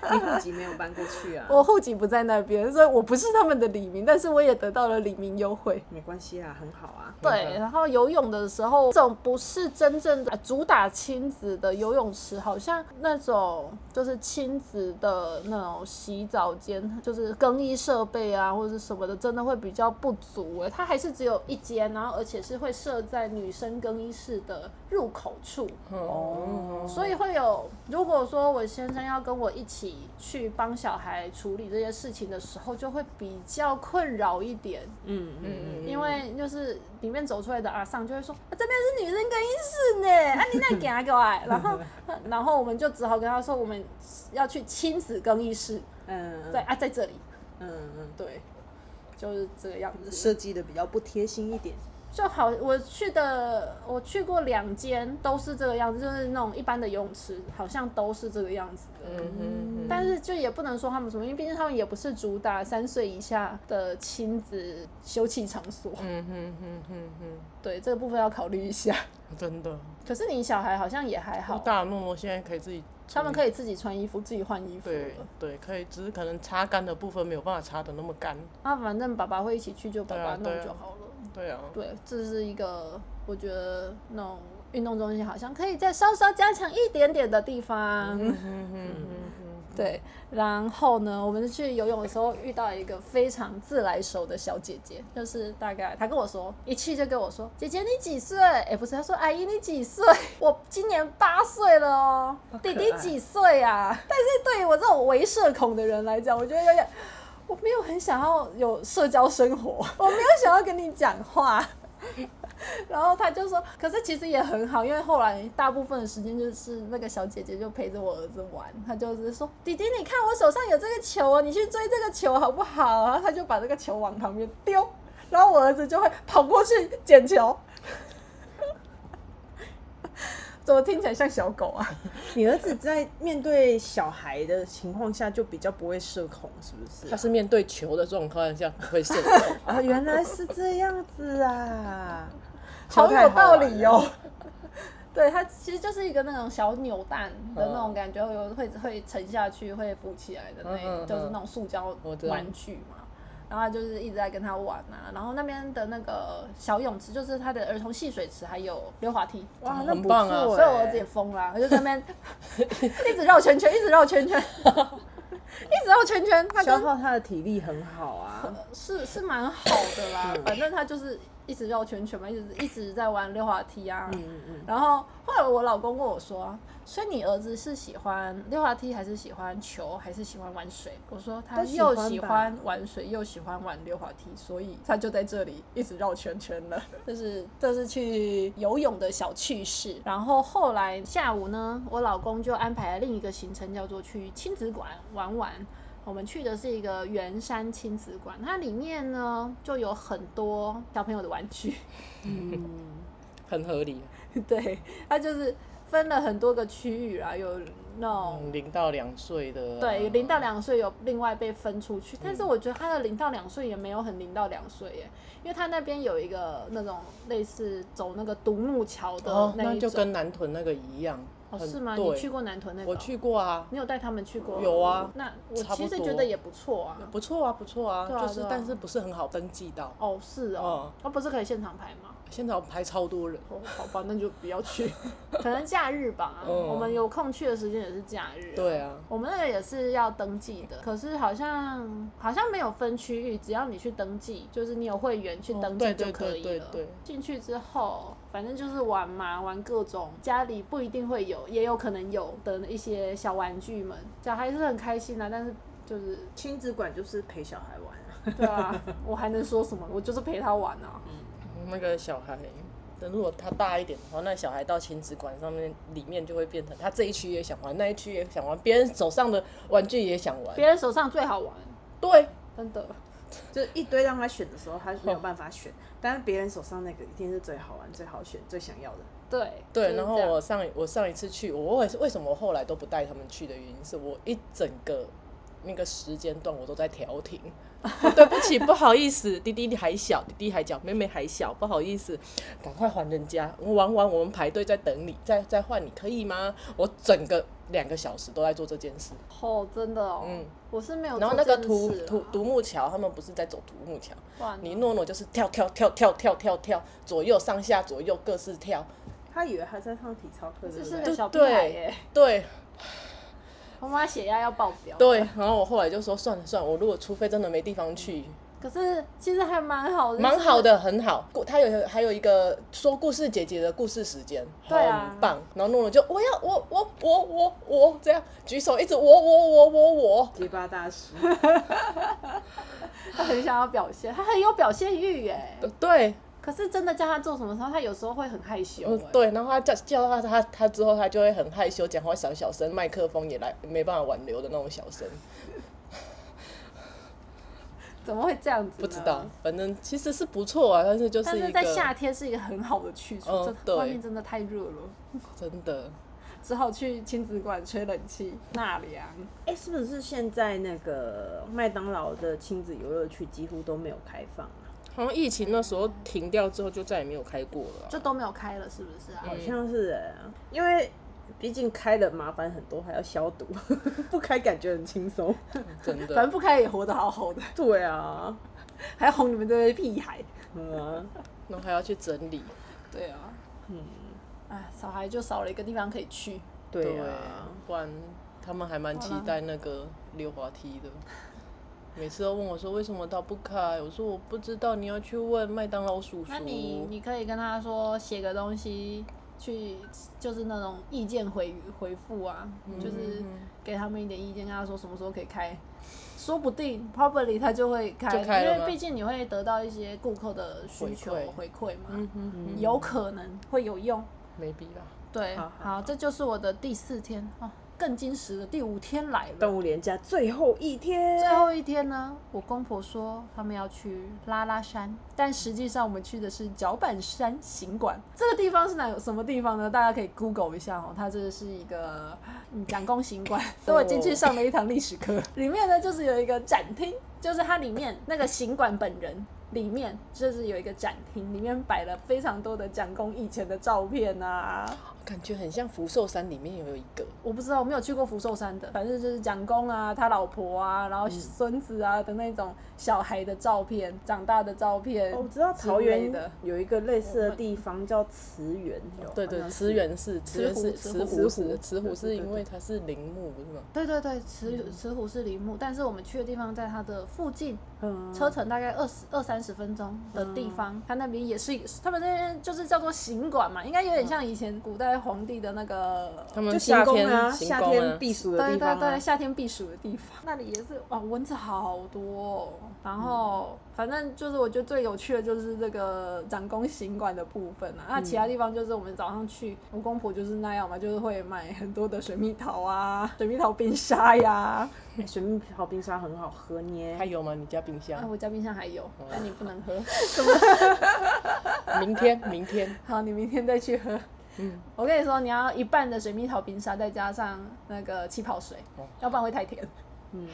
哎、
你户籍没有搬过去 <laughs> 啊？
我户籍不在那边，所以我不是他们的李明，但是我也得到了李明优惠。
没关系啦，很好啊。
对，然后游泳的时候，这种不是真正的呃主打亲子的游泳池，好像那种就是亲子的那种洗澡间，就是更衣设备啊或者是什么的，真的会比较不足诶、欸它还是只有一间，然后而且是会设在女生更衣室的入口处，
哦，
所以会有，如果说我先生要跟我一起去帮小孩处理这些事情的时候，就会比较困扰一点。
嗯嗯嗯，
因为就是里面走出来的阿尚就会说，啊、这边是女生更衣室呢， <laughs> 啊你那给啊给啊，然后然后我们就只好跟他说我们要去亲子更衣室，
嗯，
对，啊在这里，
嗯嗯，
对，就是这个样子。
设计的比较不贴心一点。
就好，我去的我去过两间都是这个样子，就是那种一般的游泳池好像都是这个样子的，
嗯嗯嗯，
但是就也不能说他们什么，因为毕竟他们也不是主打三岁以下的亲子休憩场所，
嗯哼哼哼哼，
对这个部分要考虑一下。 <laughs>
真的，
可是你小孩好像也还好，
大嗯诺诺现在可以自己，
他们
以。
可以自己穿衣服，自己换衣服
对
了。
对，可以，只是可能擦干的部分没有办法擦的那么干。
啊，反正爸爸会一起去，就爸
对啊
爸弄
对啊
就好了。
对啊，
对，这是一个我觉得那种运动中心好像可以再稍稍加强一点点的地方。
嗯嗯嗯嗯，
对，然后呢，我们去游泳的时候遇到一个非常自来熟的小姐姐，就是大概她跟我说，一去就跟我说：“姐姐你几岁？”哎，不是，她说：“阿姨你几岁？ <laughs> 我今年八岁了哦，弟弟几岁啊？”但是对于我这种为社恐的人来讲，我觉得有点，我没有很想要有社交生活，我没有想要跟你讲话。然后他就说，可是其实也很好，因为后来大部分的时间就是那个小姐姐就陪着我儿子玩，她就是说，弟弟你看我手上有这个球哦，你去追这个球好不好？然后他就把这个球往旁边丢，然后我儿子就会跑过去捡球。 <laughs> 怎么听起来像小狗啊？
你儿子在面对小孩的情况下，就比较不会社恐，是不是
他
啊？
是面对球的状况下不会射手。
啊，原来是这样子啊，
好有道理哦。对，它其实就是一个那种小扭蛋的那
嗯
种感觉，有会会沉下去，会浮起来的那一，
嗯嗯嗯
就是那种塑胶
我知道
玩具嘛。然后他就是一直在跟他玩啊，然后那边的那个小泳池，就是他的儿童戏水池，还有溜滑梯，
哇
那
很
不
棒啊！
错欸
所以我儿子也疯了啊，他就在那边 <laughs> 一直绕圈圈，一直绕圈 <laughs> 圈，一直绕圈圈。他
消
跟
耗他的体力很好啊。
是是蛮好的啦，
嗯
反正他就是一直绕圈圈嘛，一直一直在玩溜滑梯啊。
嗯嗯，
然后后来我老公问我说啊：“所以你儿子是喜欢溜滑梯，还是喜欢球，还是喜欢玩水？”我说：“他
都喜
又
欢
喜
吧
欢玩水，又喜欢玩溜滑梯，所以他就在这里一直绕圈圈了。” <laughs> 这是这是去游泳的小趣事。然后后来下午呢，我老公就安排了另一个行程，叫做去亲子馆玩玩。我们去的是一个圆山亲子馆，它里面呢就有很多小朋友的玩具。 <laughs>
嗯
很合理，
对，它就是分了很多个区域啊，有那种、
嗯，零到两岁的啊、
对零到两岁有另外被分出去，
嗯
但是我觉得它的零到两岁也没有很零到两岁耶，因为它那边有一个那种类似走那个独木桥的
哦，
那
那
一
就
种，
跟南屯那个一样，
哦
很
是吗？
对
你去过南屯那个？哦
我，去过啊，
你有带他们去过？
有啊
那我
差不
其实
多
觉得也不错啊。
不错啊，不错啊，
对啊
就是、
对啊
但是不是很好登记到，
哦，是哦，
嗯
那、不是可以现场排吗？
现场排超多人，
哦，好吧，那就不要
<laughs>
去，可能假日吧。
嗯
我们有空去的时间也是假日、
对啊，
我们那个也是要登记的，可是好像好像没有分区域，只要你去登记，就是你有会员去登记
哦对
就可以
对对
了
对对。
进去之后，反正就是玩嘛，玩各种家里不一定会有，也有可能有的一些小玩具们，小孩是很开心啊，但是就是
亲子馆就是陪小孩玩啊。
对啊，
<laughs>
我还能说什么？我就是陪他玩啊。
那个小孩。等如果他大一点的话，那小孩到亲子馆上面里面就会变成他这一区也想玩，那一区也想玩，别人手上的玩具也想玩。
别人手上最好玩，
对，
真的。
就一堆让他选的时候，他没有办法选，但是别人手上那个一定是最好玩、最好选、最想要的。
对
对，然后
我。
我上我上一次去，我为为什么我后来都不带他们去的原因是我一整个那个时间段我都在调
<laughs>
停。对不起，不好意思，弟弟还小，弟弟还小，妹妹还小，不好意思，赶快还人家。我玩完，我们排队在等你，再再换你，可以吗？我整个两个小时都在做这件事。
哦，真的哦，
嗯
我是没有做
然后
这
那个
件
独
事啦啊
独独木桥，他们不是在走独木桥，
不然呢
你诺诺就是跳跳跳跳跳跳跳，左右上下左右各式跳，
他以为他在上体操
这
课，对不
是
对
个小屁
对
孩耶，
对。
我妈血压要爆表。
对，然后我后来就说算了算了，我如果除非真的没地方去，
可是其实还蛮好的，
蛮
就是
好。的，很好。故他有还有一个说故事姐姐的故事时间，
对啊
很棒。然后诺诺就我要我我我我我这样举手一直我我我我我，
结巴大 <laughs> 师，
她很想要表现，她很有表现欲耶。
呃对，
可是真的叫她做什么时候，她有时候会很害羞
嗯
耶。
对。然后他叫叫到他他他之后，他就会很害羞，讲话小小声，麦克风也来没办法挽留的那种小声。
怎么会这样子？
不知道。，反正其实是不错啊，但是就是
嗯但
一
是
个
在夏天是一个很好的去处，
嗯
真的
对
外面真的太热了，
真的
只好去亲子馆吹冷气纳凉。
哎、是不是现在那个麦当劳的亲子游乐区几乎都没有开放啊？
好像疫情那时候停掉之后，就再也没有开过了啊、
就都没有开了，是不是啊？
嗯
好像是、欸，因为毕竟开了麻烦很多，还要消毒， <laughs> 不开感觉很轻松。 <laughs>
真
<laughs>
的
反正不开也活得好好的，
对啊，
还要哄你们这些屁孩。
嗯啊，
然后还要去整理。
对啊，嗯，哎，小孩就少了一个地方可以去。
对啊，
不然他们还蛮期待那个溜滑梯的。每次都问我说为什么他不开，我说我不知道，你要去问麦当劳叔叔。
那你你可以跟他说写个东西去，就是那种意见回回复啊，就是给他们一点意见，跟他说什么时候可以开，说不定 probably 他就会开，
就开了吗
因为毕竟你会得到一些顾客的需求
回馈
回馈嘛，
嗯哼哼
有可能会有用。
没必要。
对，
好好
这就是我的第四天哦，更金石的第五天来了。
动物连假最后一天，
最后一天呢，我公婆说他们要去拉拉山，但实际上我们去的是脚板山行馆。这个地方是哪有什么地方呢？大家可以 Google 一下哦，它这是一个嗯蒋公行馆，所以我进去上了一堂历史课。里面呢，就是有一个展厅，就是它里面那个行馆本人里面就是有一个展厅，里面摆了非常多的蒋公以前的照片啊。
感觉很像福寿山里面有一个，
我不知道，我没有去过福寿山的，反正就是蒋公啊、他老婆啊，然后孙子啊的那种小孩的照片、长大的照片之类的。
我知道桃园
的
有一个类似的地方叫慈园，有
对对，慈园是慈园是
慈湖慈
慈
湖
湖是慈湖是
对对
因为它是陵墓是吗？
对对对，慈慈湖是陵墓，但是我们去的地方在它的附近，
嗯
车程大概二十二三十分钟的地方，嗯它那边也是，他们那边就是叫做行馆嘛，应该有点像以前古代皇帝的那个，
他们
就夏
夏天
天啊，
行
夏
宫啊
天，避暑的
对
地
对
方啊
对，夏天避暑的地方，那里也是哇，蚊子好多、哦。然后、反正就是我觉得最有趣的就是这个长工行馆的部分啊，那其他地方就是我们早上去，我公婆就是那样嘛，就是会买很多的水蜜桃啊，水蜜桃冰沙呀。
哎水蜜桃冰沙很好喝捏
还，有吗？你家冰
啊，
箱？
我家冰箱还有，但你不能喝。
明天明天
好，你明天再去喝。
嗯，
我跟你说，你要一半的水蜜桃冰沙，再加上那个气泡水，
哦
要不然会太甜。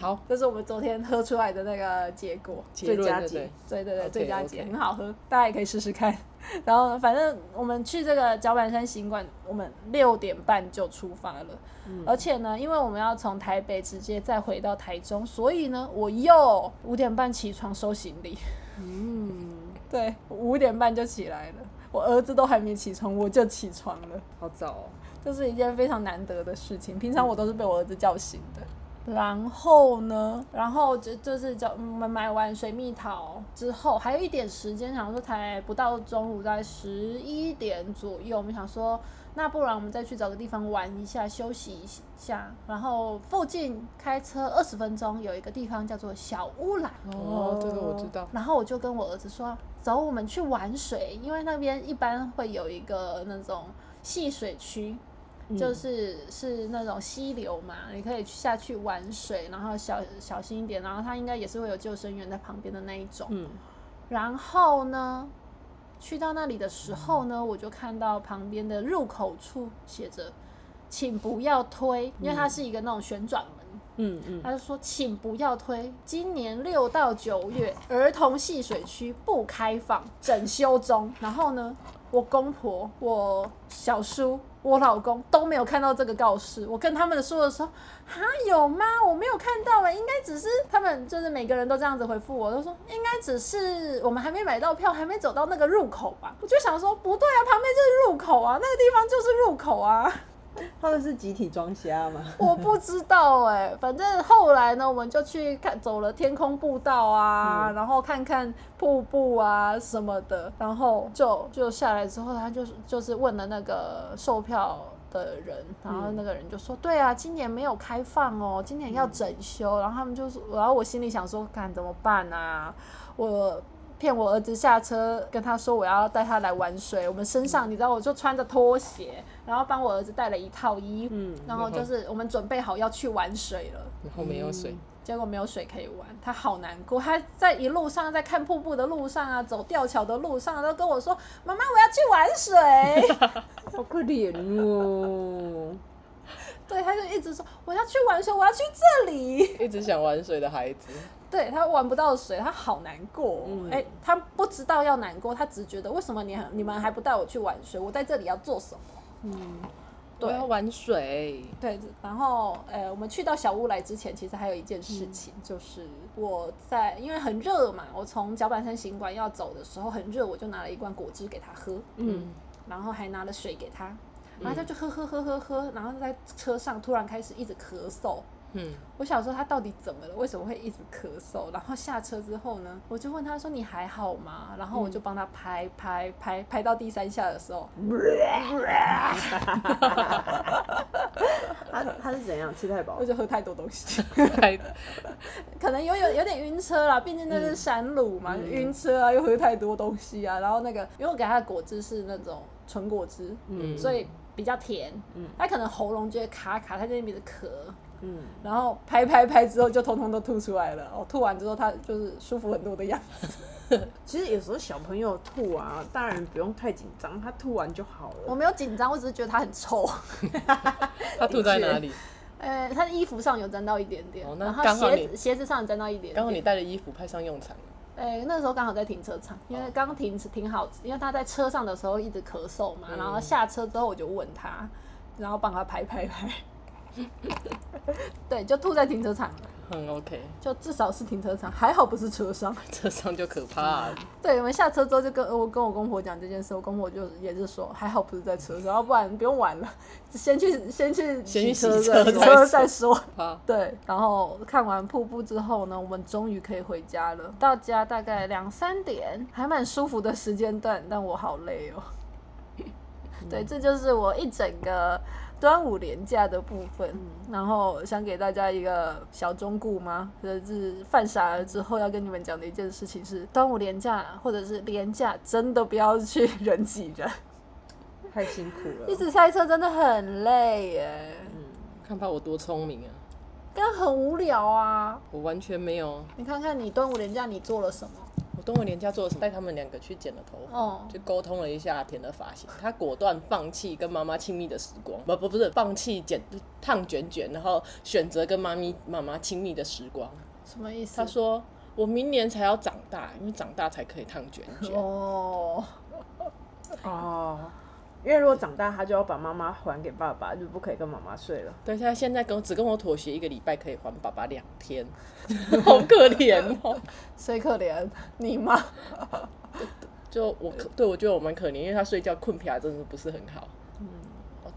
好
这是我们昨天喝出来的那个结果。
结论
佳
对
节
对
对。
对对，
OK，
最佳节
OK
很好喝，大家也可以试试看。 <laughs> 然后反正我们去这个脚板山行馆，我们六点半就出发了，
嗯
而且呢，因为我们要从台北直接再回到台中，所以呢，我又五点半起床收行李。 <laughs>
嗯，
对，五点半就起来了，我儿子都还没起床，我就起床了。
好早哦。
这是一件非常难得的事情。平常我都是被我儿子叫醒的。然后呢？然后就就是叫我们买完水蜜桃之后，还有一点时间，想说才不到中午，在十一点左右，我们想说，那不然我们再去找个地方玩一下，休息一下。然后附近开车二十分钟有一个地方叫做小乌来，
哦，这个我知道。
然后我就跟我儿子说，走，我们去玩水，因为那边一般会有一个那种戏水区，就是是那种溪流嘛，你可以去下去玩水，然后小小心一点，然后它应该也是会有救生员在旁边的那一种。
嗯，
然后呢，去到那里的时候呢，我就看到旁边的入口处写着“请不要推”，因为它是一个那种旋转门。
嗯嗯，
他就说，请不要推，今年六到九月儿童戏水区不开放，整修中。然后呢，我公婆、我小叔、我老公都没有看到这个告示。我跟他们说的时候，哈有吗？我没有看到啊，应该只是他们就是每个人都这样子回复我，都说应该只是我们还没买到票，还没走到那个入口吧。我就想说，不对啊，旁边就是入口啊，那个地方就是入口啊。
他们是集体装瞎吗？
<laughs> 我不知道哎、反正后来呢，我们就去看走了天空步道啊，然后看看瀑布啊什么的，然后就就下来之后，他就是就是问了那个售票。的人，然后那个人就说：“对啊，今年没有开放哦，今年要整修。然后他们就说，然后我心里想说，看怎么办啊？我骗我儿子下车，跟他说我要带他来玩水。我们身
嗯
上，你知道，我就穿着拖鞋，然后帮我儿子带了一套衣服，
嗯
然后就是我们准备好要去玩水了。
然后没有水，
结果没有水可以玩，他好难过。他在一路上，在看瀑布的路上啊，走吊桥的路上啊，都跟我说：“妈妈，我要去玩水。
<laughs> 好可怜
嗯
哦。”
对，他就一直说：“我要去玩水，我要去这里。”
一直想玩水的孩子，
对他玩不到水，他好难过哦。哎、
嗯
他不知道要难过，他只觉得为什么你还你们还不带我去玩水？我在这里要做什么？
嗯
我要玩水。
对，然后呃，我们去到小屋来之前，其实还有一件事情，
嗯
就是我在因为很热嘛，我从脚板山行馆要走的时候很热，我就拿了一罐果汁给他喝，
嗯，
然后还拿了水给他，然后他就喝喝喝喝喝，然后在车上突然开始一直咳嗽，
<laughs> 嗯，
我想说他到底怎么了？为什么会一直咳嗽？然后下车之后呢，我就问他说：“你还好吗？”然后我就帮他拍拍拍拍到第三下的时候，
他他是怎样？吃太饱
我？就喝太多东西， <laughs>
还
可能有有有点晕车啦，毕竟那是山路嘛，晕车啊，又喝太多东西啊。然后那个，因为我给他的果汁是那种纯果汁，
嗯
所以比较甜，他可能喉咙就会卡卡，他在那边一直咳。
嗯，
然后拍拍拍之后，就通通都吐出来了。哦，吐完之后，他就是舒服很多的样子。
其实有时候小朋友吐啊，大人不用太紧张，他吐完就好
<laughs> 我
了。
没有紧张，我只是觉得它很臭。
他吐在 <laughs> 哪里？
呃，它的衣服上有沾到一点点，
哦那
然后
刚好
鞋
你
子鞋子上有沾到一点
刚好
点。
你带的衣服派上用场了。
哎、那时候刚好在停车场，因
哦
为刚停停好，因为他在车上的时候一直咳嗽嘛，
嗯
然后下车之后我就问他，然后帮他拍拍拍， <laughs> 对，就吐在停车场了，
很 OK，
就至少是停车场，还好不是车上。
车上就可怕了。
对，我们下车之后就跟呃我跟我公婆讲这件事，我公婆就也是说还好不是在车上，要哦不然不用玩了，先去先去
先
洗
去洗
车
车
洗
再
车
说
再说。
好，
对，然后看完瀑布之后呢，我们终于可以回家了。到家大概两三点，还蛮舒服的时间段，但我好累哦。对，这就是我一整个端午连假的部分。然后想给大家一个小忠告吗？或者是犯傻了之后要跟你们讲的一件事情是：端午连假或者是连假，真的不要去人挤人，
太辛苦了
一。直塞车真的很累耶，
看怕我多聪明啊，
但很无聊啊。
我完全没有。
你看看你端午连假你做了什么？
我端午连假做了什么？带他们两个去剪了头发。
哦，
就沟通了一下，填了发型。他果断放弃跟妈妈亲密的时光，不不不是放弃剪烫卷卷，然后选择跟妈咪妈妈亲密的时光。
什么意思？
他说：“我明年才要长大，因为长大才可以烫卷卷。
哦，
哦，因为如果长大，他就要把妈妈还给爸爸，就不可以跟妈妈睡了。
对，他现在跟我只跟我妥协一个礼拜可以还爸爸两天， <laughs> 好可怜哦。
谁可怜？ <laughs> 你吗？
就我
嗯
可对我觉得我蛮可怜，因为他睡觉困皮啊真的不是很好。嗯，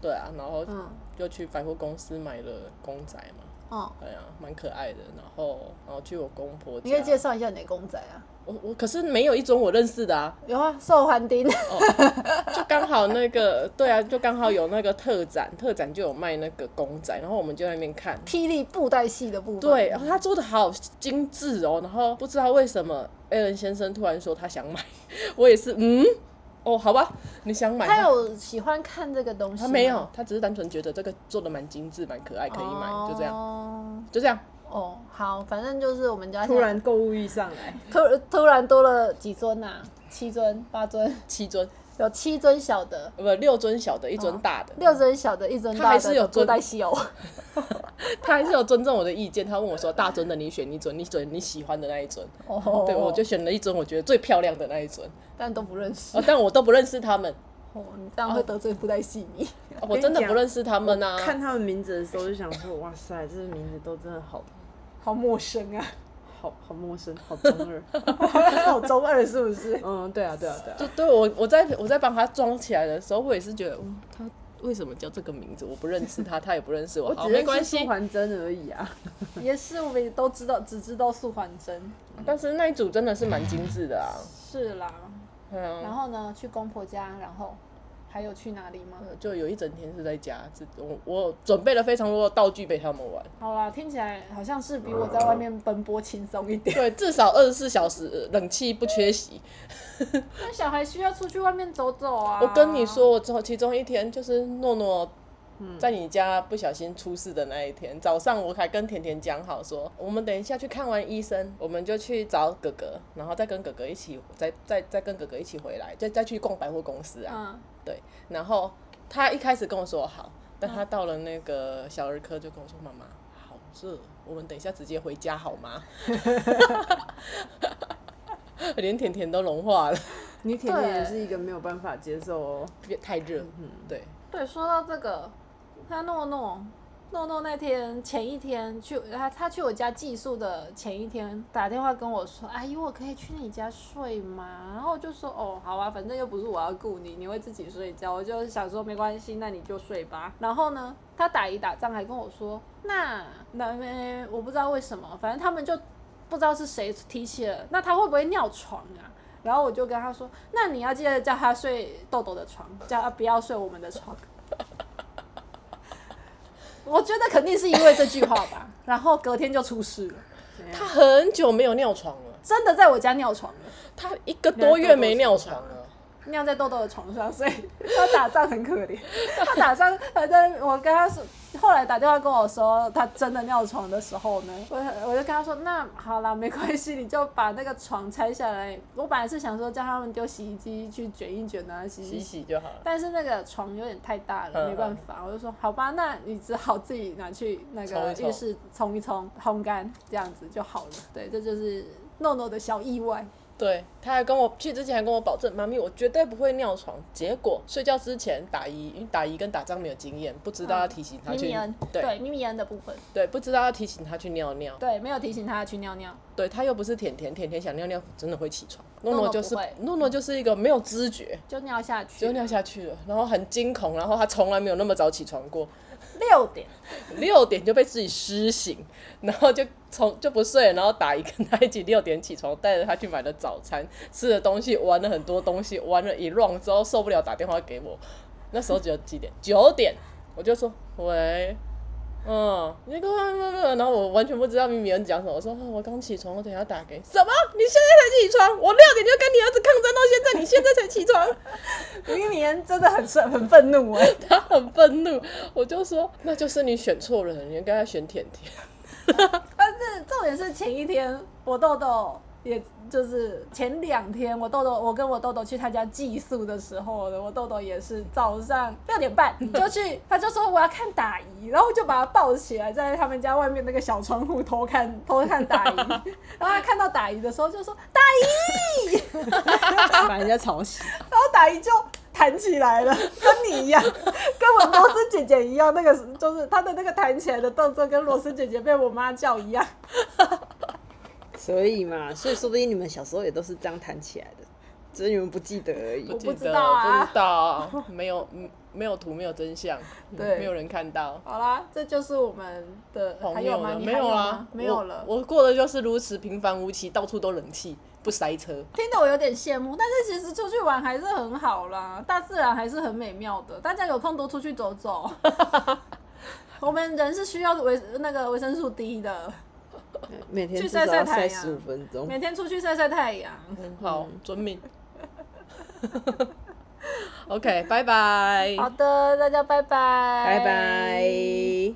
对啊，然后
嗯，
就去百货公司买了公仔嘛，
哦，
哎呀、蛮可爱的。然后然后去我公婆家，
你可以介绍一下你的公仔啊。
我我可是没有一种我认识的啊，
有啊，受欢迎。
哦就刚好那个对啊，就刚好有那个特展，特展就有卖那个公仔，然后我们就在那边看。
霹雳布袋戏的部分。
对，然后他做的好精致哦，然后不知道为什么 a 伦先生突然说他想买， <laughs> 我也是嗯，哦，好吧，你想买，
他有喜欢看这个东西
他
吗？哦
没有，他只是单纯觉得这个做的蛮精致，蛮可爱，可以买，就这
哦
样，
样。
就这样，
哦，好，反正就是我们家
突然购物欲上来，
现在突突然多了几尊呐、啊七尊、八尊，
七尊
有七尊小的，
呃不六尊小的，一尊大的，
六尊小的，一尊
他
大
还
的。
是有
布
尊
袋戏哦。
他还是有尊重我的意见，他问我说大尊的你选一尊，你选你喜欢的那一尊，
哦，
<laughs> 对我就选了一尊我觉得最漂亮的那一尊，
但都不认识。
哦，但我都不认识他们，
哦，你这样会得罪布袋戏迷。
哦我真的不认识他们啊，
看他们名字的时候就想说，哇塞，这名字都真的好
好陌生啊，
好好陌生，好中二。 <laughs>
好中二是不是？
嗯，对啊，对啊，对啊。
就对我，我在我在帮他装起来的时候，我也是觉得，嗯，他为什么叫这个名字？我不认识他，他也不认识我。
我
好，
只
没
认
关
识
系
素。还真而已啊。
<laughs> 也是，我们也都知道，只知道素还真。
但是那一组真的是蛮精致的啊。
是啦，
对
然
啊，
后呢，去公婆家，然后还有去哪里吗？
就有一整天是在家，自我我准备了非常多的道具陪他们玩。
好啦，听起来好像是比我在外面奔波轻松一点。
对，至少二十四小时呃冷气不缺席。
那小孩需要出去外面走走啊。
我跟你，说，我之后其中一天就是诺诺。在你家不小心出事的那一天早上，我还跟甜甜讲好说，我们等一下去看完医生，我们就去找哥哥，然后再跟哥哥一起，再再再跟哥哥一起回来，再再去逛百货公司啊。
嗯，
对，然后他一开始跟我说好，但他到了那个小儿科就跟我说：“妈妈，好热，我们等一下直接回家好吗？” <laughs> 连甜甜都融化了，
你甜甜也是一个没有办法接受哦。
别太热。对，
对，说到这个，他诺诺。诺诺那天前一天去他他去我家寄宿的前一天打电话跟我说：“阿姨，我可以去你家睡吗？”然后我就说：“哦，好啊，反正又不是我要顾你，你会自己睡觉。”我就想说没关系，那你就睡吧。然后呢，他打一打仗还跟我说：“那那、呃我不知道为什么，反正他们就不知道是谁提起了，那他会不会尿床啊？”然后我就跟他说：“那你要记得叫他睡豆豆的床，叫他不要睡我们的床。” <laughs> 我觉得肯定是因为这句话吧，然后隔天就出事了，
他很久没有尿床了，
真的在我家尿床了，
他一个多月没尿床了。
尿在豆豆的床上，所以他打仗很可怜。他打仗还在，我跟他说，后来打电话跟我说他真的尿床的时候呢，我我就跟他说，那好啦，没关系，你就把那个床拆下来。我本来是想说叫他们丢洗衣机去卷一卷啊，洗
<laughs> 洗
一洗。
洗就好了。
但是那个床有点太大了，
嗯
没办法，我就说好吧，那你只好自己拿去那
冲
个
一冲
浴室冲一冲，烘干这样子就好了。对，这就是诺诺的小意外。
对，他还跟我去之前还跟我保证，妈咪，我绝对不会尿床。结果睡觉之前打姨，因为打姨跟打仗没有经验，不知道要提醒他
咪
去，
咪恩，
对
对咪咪恩的部分，
对，不知道要提醒他去尿尿。
对，没有提醒他去尿尿。
对他又不是甜甜，甜甜想尿尿真的会起床。诺
诺
诺
诺
就
不
是
会
诺诺就是一个没有知觉，
就尿下去，
就尿下去了，然后很惊恐，然后他从来没有那么早起床过，
六点，
六点就被自己失醒，然后就从就不睡了，然后打一跟他一起六点起床，带着他去买了早餐，吃的东西，玩了很多东西，玩了一 round 之后受不了，打电话给我，那时候只有几点？九点，我就说喂。嗯，你刚刚，然后我完全不知道咪咪人讲什么。我说、哦我刚起床，我等一下打给你。什么？你现在才起床？我六点就跟你儿子抗争到现在，你现在才起床？
咪咪恩真的很生很愤怒
哦
哎，
他很愤怒，我就说那就是你选错人，你应该要选甜甜。
但是重点是前一天我豆豆。也就是前两天，我豆豆，我跟我豆豆去他家寄宿的时候呢，我豆豆也是早上六点半就去，他就说我要看打姨，然后我就把他抱起来，在他们家外面那个小窗户偷看 <laughs> 偷看打姨，然后他看到打姨的时候就说打姨，
<laughs> 把人家吵醒。
然后打姨就弹起来了，跟你一样，跟我罗斯姐姐一样，那个就是她的那个弹起来的动作，跟罗斯姐姐被我妈叫一样。
所以嘛，所以说不定你们小时候也都是这样弹起来的，只是你们不记得而已
我。不
记
知
得
道啊
不知道，没有嗯没有图，没有真相，嗯
对
没有人看到。
好啦，这就是我们的，还
朋
有
友
吗？
了，
你
没
还有
啦
吗？，没有
我
了。
我过的就是如此平凡无奇，到处都冷气，不塞车。
听得我有点羡慕，但是其实出去玩还是很好啦，大自然还是很美妙的，大家有空多出去走
<laughs>
走。我们人是需要维那个维生素 D 的，
每天
去
至
晒
少
晒
要
太
晒
阳
十五分
嗯
钟。
每天出去晒晒太阳。
好，遵命。OK，拜拜。
好的，大家拜拜，
拜拜。